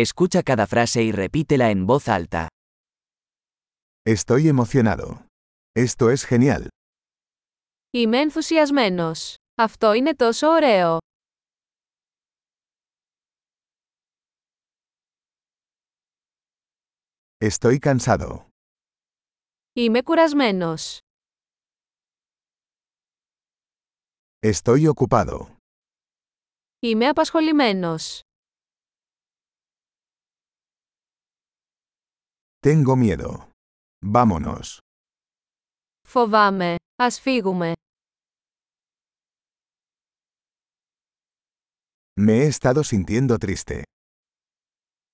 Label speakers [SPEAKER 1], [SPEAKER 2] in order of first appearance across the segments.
[SPEAKER 1] Escucha cada frase y repítela en voz alta.
[SPEAKER 2] Estoy emocionado. Esto es genial.
[SPEAKER 3] Είμαι ενθουσιασμένος. Αυτό είναι τόσο ωραίο.
[SPEAKER 2] Estoy cansado.
[SPEAKER 3] Είμαι κουρασμένος.
[SPEAKER 2] Estoy ocupado.
[SPEAKER 3] Είμαι απασχολημένος.
[SPEAKER 2] Tengo miedo. Vámonos.
[SPEAKER 3] Φοβάμαι. Ας φύγουμε.
[SPEAKER 2] Me he estado sintiendo triste.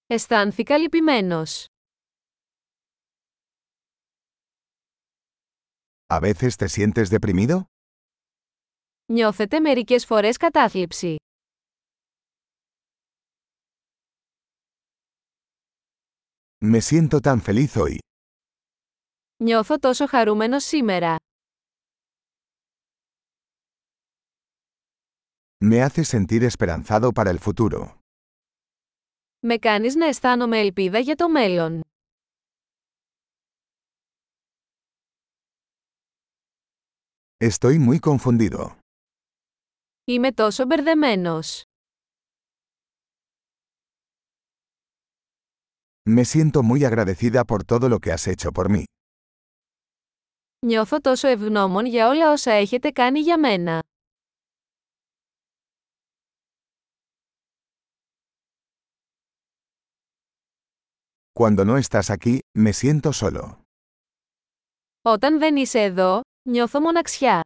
[SPEAKER 3] Αισθάνθηκα λυπημένος.
[SPEAKER 2] ¿A veces te sientes deprimido?
[SPEAKER 3] Νιώθετε μερικές φορές κατάθλιψη.
[SPEAKER 2] Me siento tan feliz hoy.
[SPEAKER 3] Νιώθω τόσο χαρούμενος σήμερα.
[SPEAKER 2] Me hace sentir esperanzado para el futuro.
[SPEAKER 3] Με κάνεις να αισθάνομαι ελπίδα για το μέλλον.
[SPEAKER 2] Estoy muy confundido.
[SPEAKER 3] Είμαι τόσο μπερδεμένος.
[SPEAKER 2] Me siento muy agradecida por todo lo que has hecho por mí.
[SPEAKER 3] Νιώθω τόσο ευγνώμων για όλα όσα έχετε κάνει για μένα.
[SPEAKER 2] Cuando no estás aquí, me siento solo.
[SPEAKER 3] Όταν δεν είσαι εδώ, νιώθω μοναξιά.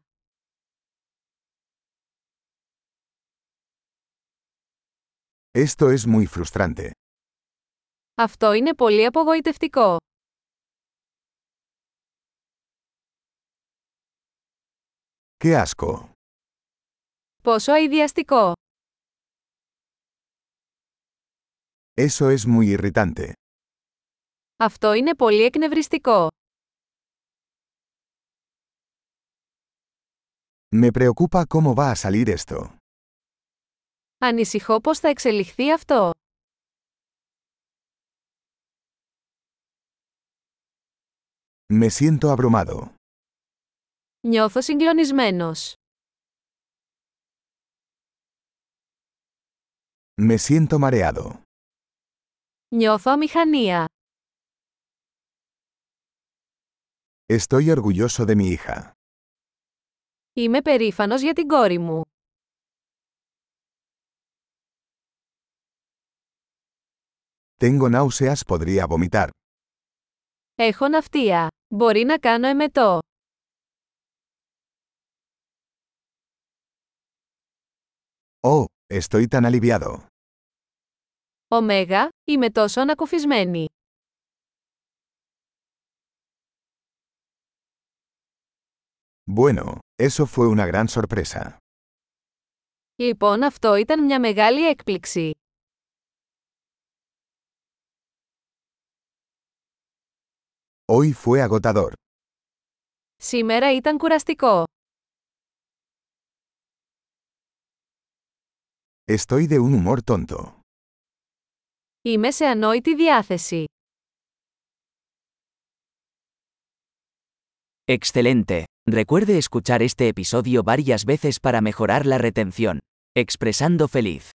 [SPEAKER 2] Esto es muy frustrante.
[SPEAKER 3] Αυτό είναι πολύ απογοητευτικό.
[SPEAKER 2] ¡Qué asco!
[SPEAKER 3] Πόσο αειδιαστικό.
[SPEAKER 2] Eso es muy irritante.
[SPEAKER 3] Αυτό είναι πολύ εκνευριστικό.
[SPEAKER 2] Me preocupa cómo va a salir esto.
[SPEAKER 3] Ανησυχώ πώς θα εξελιχθεί αυτό.
[SPEAKER 2] Me siento abrumado.
[SPEAKER 3] Νιώθω συγκλονισμένος.
[SPEAKER 2] Me siento mareado.
[SPEAKER 3] Νιώθω αμηχανία.
[SPEAKER 2] Estoy orgulloso de mi hija.
[SPEAKER 3] Είμαι περήφανος για την κόρη μου.
[SPEAKER 2] Tengo náuseas, podría vomitar.
[SPEAKER 3] Έχω ναυτία. Μπορεί να κάνω εμετό.
[SPEAKER 2] Oh, estoy tan aliviado.
[SPEAKER 3] Ωμέγα, είμαι τόσο ανακουφισμένη.
[SPEAKER 2] Bueno, eso fue una gran sorpresa.
[SPEAKER 3] Λοιπόν αυτό ήταν μια μεγάλη έκπληξη.
[SPEAKER 2] Hoy fue agotador.
[SPEAKER 3] Σήμερα ήταν κουραστικό.
[SPEAKER 2] Estoy de un humor tonto.
[SPEAKER 3] Είμαι σε ανόητη διάθεση.
[SPEAKER 1] Excelente. Recuerde escuchar este episodio varias veces para mejorar la retención. Expresando feliz.